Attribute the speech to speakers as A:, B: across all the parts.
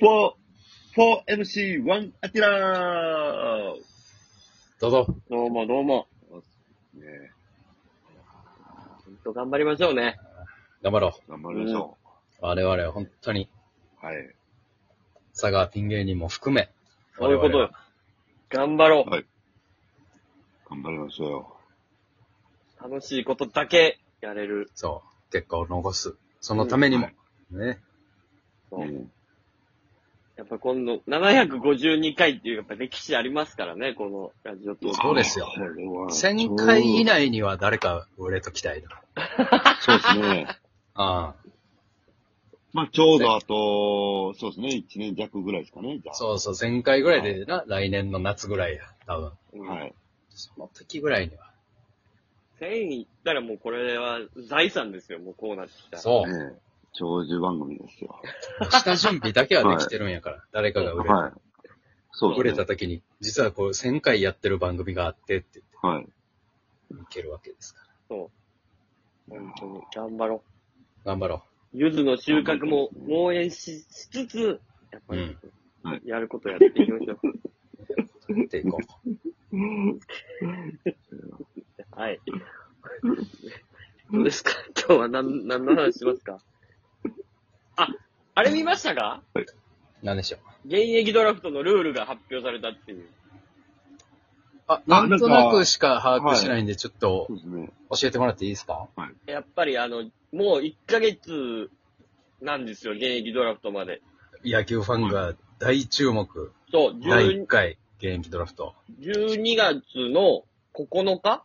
A: 4、4MC1 アキラー
B: どうぞ。
A: どうもどうも。ねえ。
C: 本当頑張りましょうね。
B: 頑張ろ
A: 頑張りましょ
B: う。我々は本当に、
A: う。はい。
B: 佐川ピン芸人も含め、
C: そういうこと
B: 我々
C: よ。頑張ろう。
A: はい頑張りましょうよ。
C: 楽しいことだけやれる。
B: そう、結果を残す。そのためにも、ね。
C: そう
A: うん
C: やっぱ今度、752回っていうやっぱ歴史ありますからね、このラジオトーク。
B: そうですよ
A: これは
B: 1000回以内には誰か売れときたいな。
A: そうですね。
B: あ
A: まあ、ちょうどあと、そうですね、1年弱ぐらいですかね、じゃあ。
B: あ、そうそう、1000回ぐらいでな、来年の夏ぐらいや、多分。
C: うん
A: はい。
B: その時ぐらいには。
C: 1000いったらもうこれは財産ですよ、もうこうなってきたら。
B: そう。
A: ねえ長寿番組ですよ。
B: 下準備だけはできてるんやから、誰かが売れ,、
A: はい。そうで
B: 売れ
A: すね
B: た。時に、実はこう1000回やってる番組があってってい
A: はい。
B: けるわけですから。
C: 本当に。頑張ろ
B: 頑張ろ
C: う。柚子の収穫も応援ししつつ、やっぱり
A: うんはい、
C: やることやっていきましょう。
B: う。やっていこう。
C: はい。どうですか今日は何、何の話しますかあ、あれ見ましたか
B: 何でしょう。
C: 現役ドラフトのルールが発表されたっていう。
B: あ、
A: な
B: なん
A: か
B: んとなくしか把握しないんで、ちょっと
A: そうですね。
B: 教えてもらっていいですか
C: やっぱりあの、もう1ヶ月なんですよ、現役ドラフトまで。
B: 野球ファンが大注目。
C: そう、
B: 第
C: 10
B: 1回現役ドラフト。
C: 12月の9日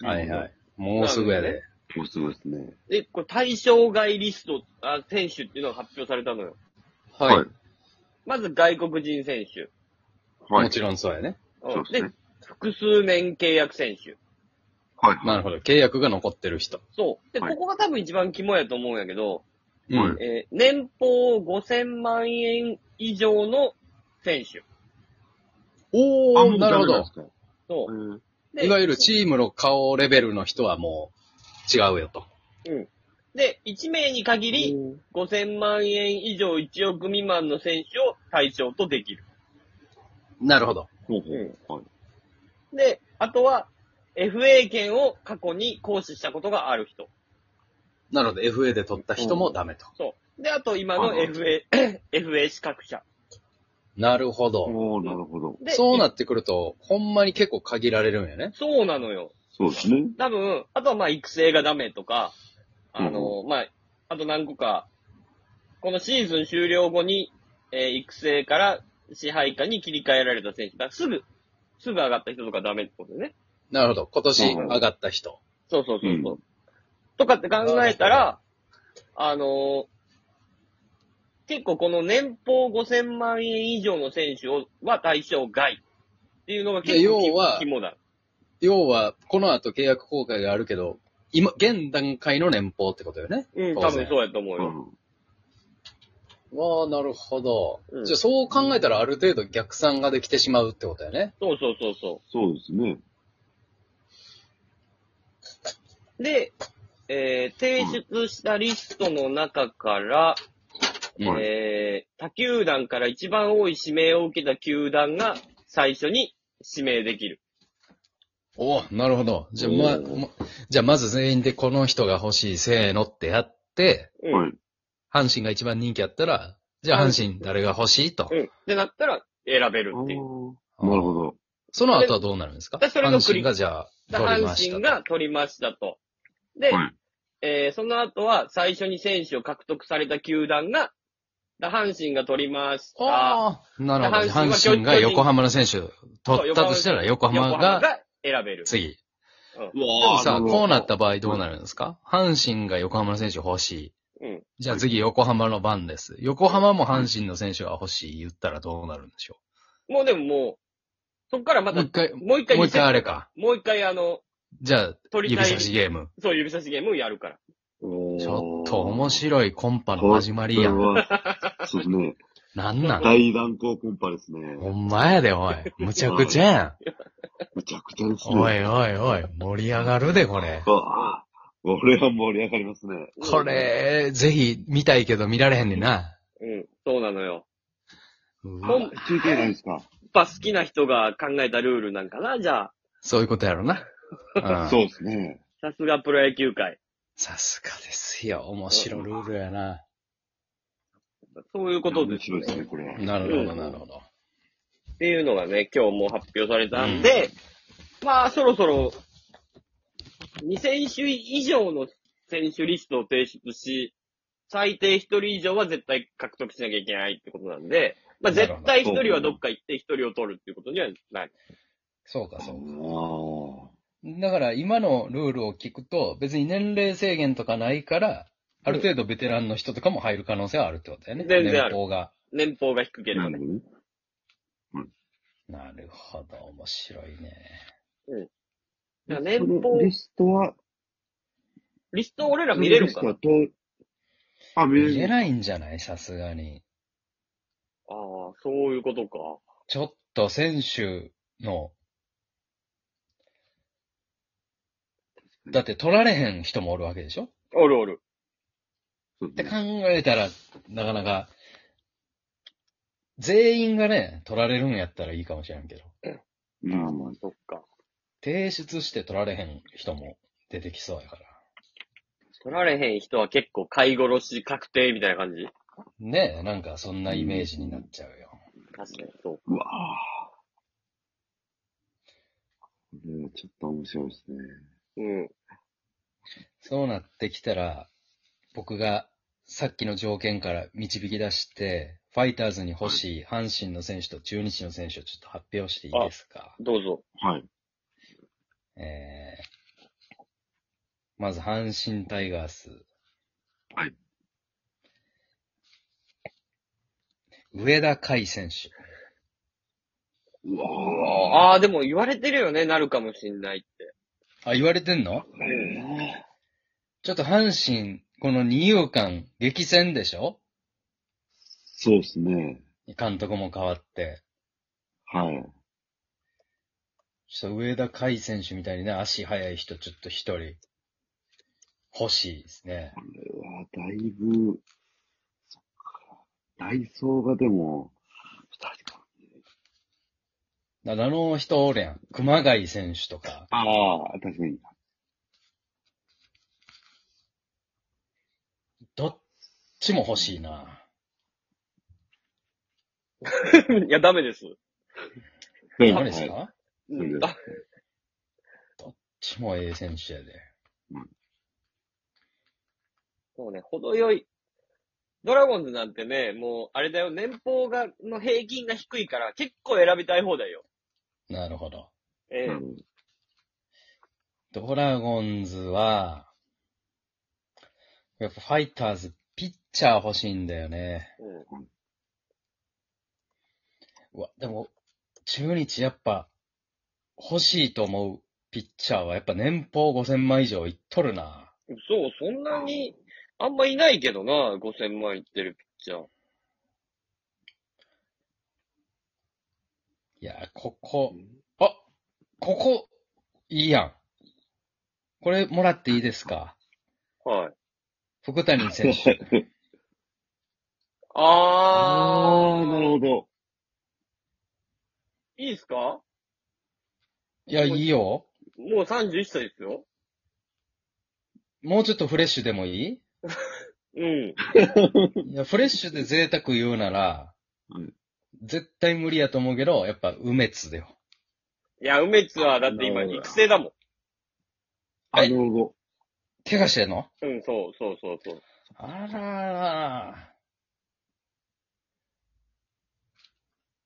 B: はいはい。もうすぐやで。
A: もうすぐですね。
C: で、これ対象外リスト、あ、選手っていうのが発表されたのよ。
B: はい。
C: まず外国人選手。
A: はい。
B: もちろんそうやね。
C: うん
A: そうですね
C: 複数年契約選手。
A: はい。
B: なるほど。契約が残ってる人。
C: そう。で、
A: はい
C: ここが多分一番肝やと思うんやけど、
B: う
A: はい
B: ん。
C: えー年俸5000万円以上の選手。
A: あ
B: お
A: も
B: ー、
A: う
B: なるほ
A: ダメん
B: ど
A: です。か
C: そ
A: うん
C: う。で
B: いわゆるチームの顔レベルの人はもう違うよと。
C: で、1名に限り、5000万円以上1億未満の選手を対象とできる。
B: なるほど。
A: ほうほう。はい。
C: で、あとは、FA 権を過去に行使したことがある人。
B: なので FA で取った人もダメと。
C: そう。で、あと今の
A: あ
C: FA、FA 資格者。
B: なるほど。
A: おー、なるほど。
C: で、
B: そうなってくると、ほんまに結構限られるんやね。
C: そうなのよ。
A: そうですね。
C: 多分、あとはまあ育成がダメとか、あの、まあ、あと何個か、このシーズン終了後に、えー育成から支配下に切り替えられた選手だ。すぐ、すぐ上がった人とかダメってことね。
B: なるほど。今年上がった人。
C: そうそうそうそう、
A: う
C: とかって考えたら、あのー結構この年俸5000万円以上の選手をは対象外っていうのが結構
B: いや要は
C: 肝だ。
B: 要は、この後契約更改があるけど、今、現段階の年俸ってことよね。
C: うん、
B: 当
C: 多
B: 然
C: 分そうやと思う
A: う
C: よ。
A: ん。
B: わあ、なるほど。
C: うん
B: じゃあ、そう考えたらある程度逆算ができてしまうってことよね。
C: そうそうそうそ
A: そうですね。
C: う。で、えー、提出したリストの中から、
A: はい
C: えー、他球団から一番多い指名を受けた球団が最初に指名できる。
B: おおなるほど。じゃあ、ま、
A: おー
B: もじゃあ、まず全員でこの人が欲しい、せーのってやって、
C: うん。
A: はい。
B: 阪神が一番人気やったら、じゃあ、阪神誰が欲しいと。
C: うん。ってなったら選べる
A: あー
C: っていう。
A: なるほど。
B: その後はどうなるんですか
C: でそれの
B: 阪
C: 繰り
B: 神がじゃあ、
C: で
B: 取りま
C: 阪
B: した
C: 神
B: と。
C: が取りましたと。で、
A: はい。
C: えーその後は最初に選手を獲得された球団が、で阪神が取りました。
B: ああ、なるほど。
C: で阪神は巨
B: 阪神が横浜の選手取ったとしたら、横浜
C: 横
B: が
C: 選べる。
B: 次。
A: う
B: で
A: わ
B: も
A: ー
B: さ、
A: るほど
B: こうなった場合どうなるんですか阪神が横浜の選手欲しい。
C: うん。
B: じゃあ次横浜の番です。横浜も阪神の選手が欲しい言ったらどうなるんでしょ
C: もうでももう、そこから
B: う
C: ま
B: も
C: た
B: う、一回、
C: もう一回
B: もう
C: リ
B: 一
C: セ
B: 回
C: ット
B: あれか。
C: もう一回あの、
B: じゃあ、
C: 取り
B: 指
C: たい
B: 差しゲーム。
C: そう、指差しゲームをやるから。
A: おー
B: ちょっと面白いコンパの始まりや
A: こ
B: ん。
A: れはそうですね。
B: なんなん
A: 大乱行コンパですね。
B: ほんまやで、おい。むちゃくちゃやん。
A: むちゃくちゃですね。
B: おいおいおい。盛り上がるで、これ。
A: あーこれは盛り上がりますね。
B: これ、ぜひ見たいけど見られへんねんな。
C: うん、そうなのよ。ほん
A: 中継なんですか。
C: やっぱ好きな人が考えたルールなんかなじゃあ、
B: そういうことやろな。うん
A: そうですね。
C: さすがプロ野球界。
B: さすがですよ。面白いルールやな。
C: そういうことです
A: 面白いです
C: ね。
A: ね、これは。
B: なるほど、なるほど。
C: っていうのがね、今日もう発表されたんで、まあ、そろそろ、2000種以上の選手リストを提出し、最低1人以上は絶対獲得しなきゃいけないってことなんで、まあ、
B: なる
C: 絶
B: ほど
C: 対1人はどっか行って1人を取るっていうことにはない。
B: そうか、
A: あ
B: そうか。
A: あ。
B: だから今のルールを聞くと、別に年齢制限とかないから、ある程度ベテランの人とかも入る可能性はあるってことだよね。
C: 全然ある
B: 年俸が。
C: 年俸が低けれ
A: な
C: ばね。
A: るほどね。
B: なるほど、面白いね。
C: だから
A: そ
C: 年
A: の
C: 俸、
A: リストは、
C: リスト俺ら見れる
A: そ
C: か
A: の
C: な
A: リストはとあ、見れる。
B: 見れないんじゃないさすがに。
C: ああ、そういうことか。
B: ちょっと選手の、だって取られへん人もおるわけでしょっ
C: おるおる。
A: そうで
B: て
A: す
B: 考
A: ね
B: えたら、なかなか、全員がね、取られるんやったらいいかもしれんけど。
A: まあまあ、
C: そっか。
B: 提出して取られへん人も出てきそうやから。
C: 取られへん人は結構買い殺し確定みたいな感じ
B: ねえ、なんかそんなイメージになっちゃうよ。
C: 確かに、そう。
A: うわあ。これはちょっと面白いですね。
C: うん。
B: そうなってきたら、僕がさっきの条件から導き出して、ファイターズに欲しい阪神の選手と中日の選手をちょっと発表していいですか。
C: どうぞ。
A: はい。
B: えーまず阪神タイガース。
A: はい。
B: 上田海選手。
A: うわあ。
C: ああ、でも言われてるよね、なるかもしんない って。
B: あ、言われてんの
A: ね
B: ちょっと阪神、この二遊間激戦でしょ
A: そうですね。
B: 監督も変わって。
A: はい。
B: ちょっと上田海選手みたいにね、足速い人ちょっと一人欲しいですね。
A: うわだいぶ、そっか。ダイソーがでも、二人か。
B: だあの人おるやん。熊谷選手とか。
A: ああ、確かに。
B: どっちも欲しいな。
C: いや、ダメです。
A: そう
B: 誰ですか、どっ
A: そうです
C: だ
B: ちもええ選手やで。
C: そうね、程よい。ドラゴンズなんてね、もう、あれだよ、年俸が、の平均が低いから、結構選びたい方だよ。
B: なるほど。
C: ええ
A: なるほど
B: ドラゴンズは、やっぱファイターズ、ピッチャー欲しいんだよね。
C: うん
B: うわ、でも、中日やっぱ、欲しいと思うピッチャーはやっぱ年俸5000万以上いっとるな。
C: そう、そんなに、あんまいないけどな、5000万いってるピッチャー。
B: いや、ここ、あ、ここ、いいやん。これもらっていいですか
C: はい。
B: 福谷選 手。
C: あ
A: ああ、なるほど。
C: いいですか
B: いや、いいよ。
C: もう31歳ですよ。
B: もうちょっとフレッシュでもい
C: うん。
B: いいや、フレッシュで贅沢言うなら
A: うん、
B: 絶対無理やと思うけど、やっぱ梅津だよ。
C: いや、梅津はだって
A: な
C: 今
A: るほど
C: 育成だも
A: あなるほど。
B: 怪我してんの
C: ん。うん、そうそうそうそう。
B: あらら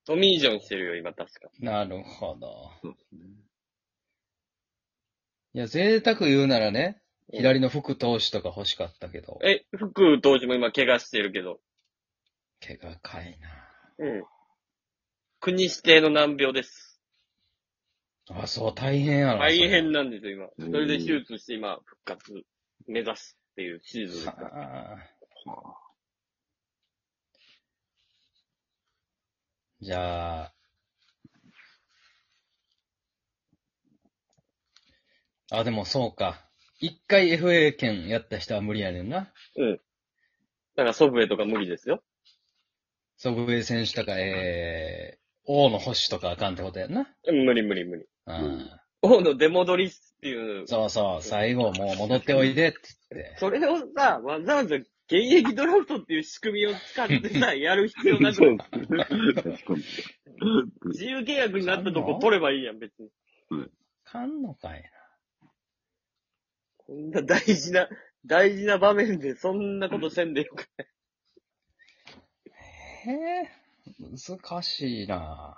C: トミージョンしてるよ、今確か。
B: なるほど。
A: そうですね。
B: いや、贅沢言うならね、
C: うん
B: 左の福投手とか欲しかったけど、
C: え、福投手も今怪我してるけど。
B: 怪我かいな。
C: うん。国指定の難病です。
B: あ、そう、大変やな。
C: 大変
B: な。
C: なんですよ、今。それで手術して今、復活、目指すっていうシーズンです
B: は
C: から。
B: あ
A: はあ
B: じゃあ、あ、でもそうか。一回 FA 権やった人は無理やねんな。
C: だからソフエとか無理ですよ。
B: 祖父江選手とか、えー、王の星とかあかんってことやんな。
C: 無理無理無理。
B: う
A: うん
B: ん。
C: 王の出戻りっていう。
B: そうそう、最後もう戻っておいでって言って。
C: それをさ、わざわざ現役ドラフトっていう仕組みを使って さ、やる必要な
A: そ
C: く
A: うですね。確かに。
C: 自由契約になったとこ取ればいいやん、別に。
B: かんのかい
C: こんな大事な、大事な場面でそんなことせんでよくない。
B: な。へえ、難しいな。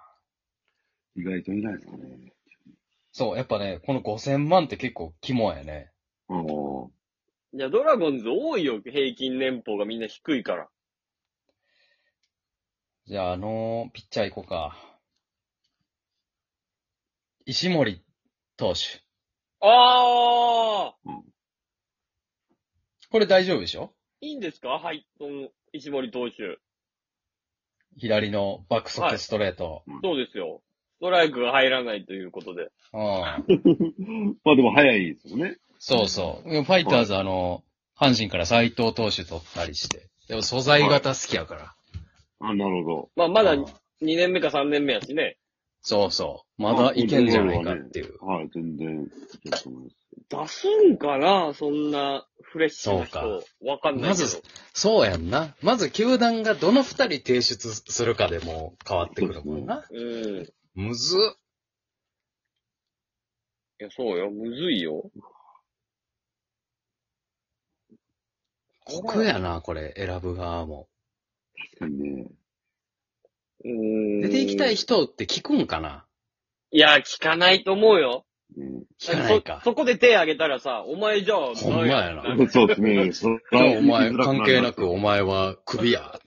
A: 意外といないですかね。
B: そう、やっぱね、この5000万って結構肝やね。
A: ああ。
C: いや、ドラゴンズ多いよ、平均年俸がみんな低いから。
B: じゃあ、あのピッチャー行こうか。石森投手。
C: ああ
B: これ大丈夫でしょ
C: いいんですかはい、その、石森投手。
B: 左のバックソ
C: は
B: ケ
C: い
B: ストレート。
C: そうですよ。ストライクが入らないということで。
B: うん。
A: まあでも早いですよね。
B: そうそう。ファイターズ、あの、阪神から斎藤投手取ったりして。でも素材型好きやから。
A: あ、なるほ
C: まあ、まだ
B: うん
C: 2年目か3年目やしね。
B: そうそう。まだいけんじゃないかっていう。
A: ど。はい、全然。ちょっと思い
C: 出すんかなそんなフレッシュな人
B: そう。
C: わかんないけど。
B: まず、そうやんな。まず球団がどの二人提出するかでもう変わってくるもんな。
C: うん。い
B: むずっ。
C: や、そうよ。むずいよ。
B: 酷やな、これ、選ぶ側も。
A: ます確かにね。
C: うん。
B: 出ていきたい人って聞くんかない
C: や、聞かないと思うよ。
A: ね
B: 聞かないか
C: そ。。そこで手挙げたらさ、お前じゃあ、
B: ほんまやな。
A: そうですね。そ
B: じゃあお前、関係なくお前はクビや。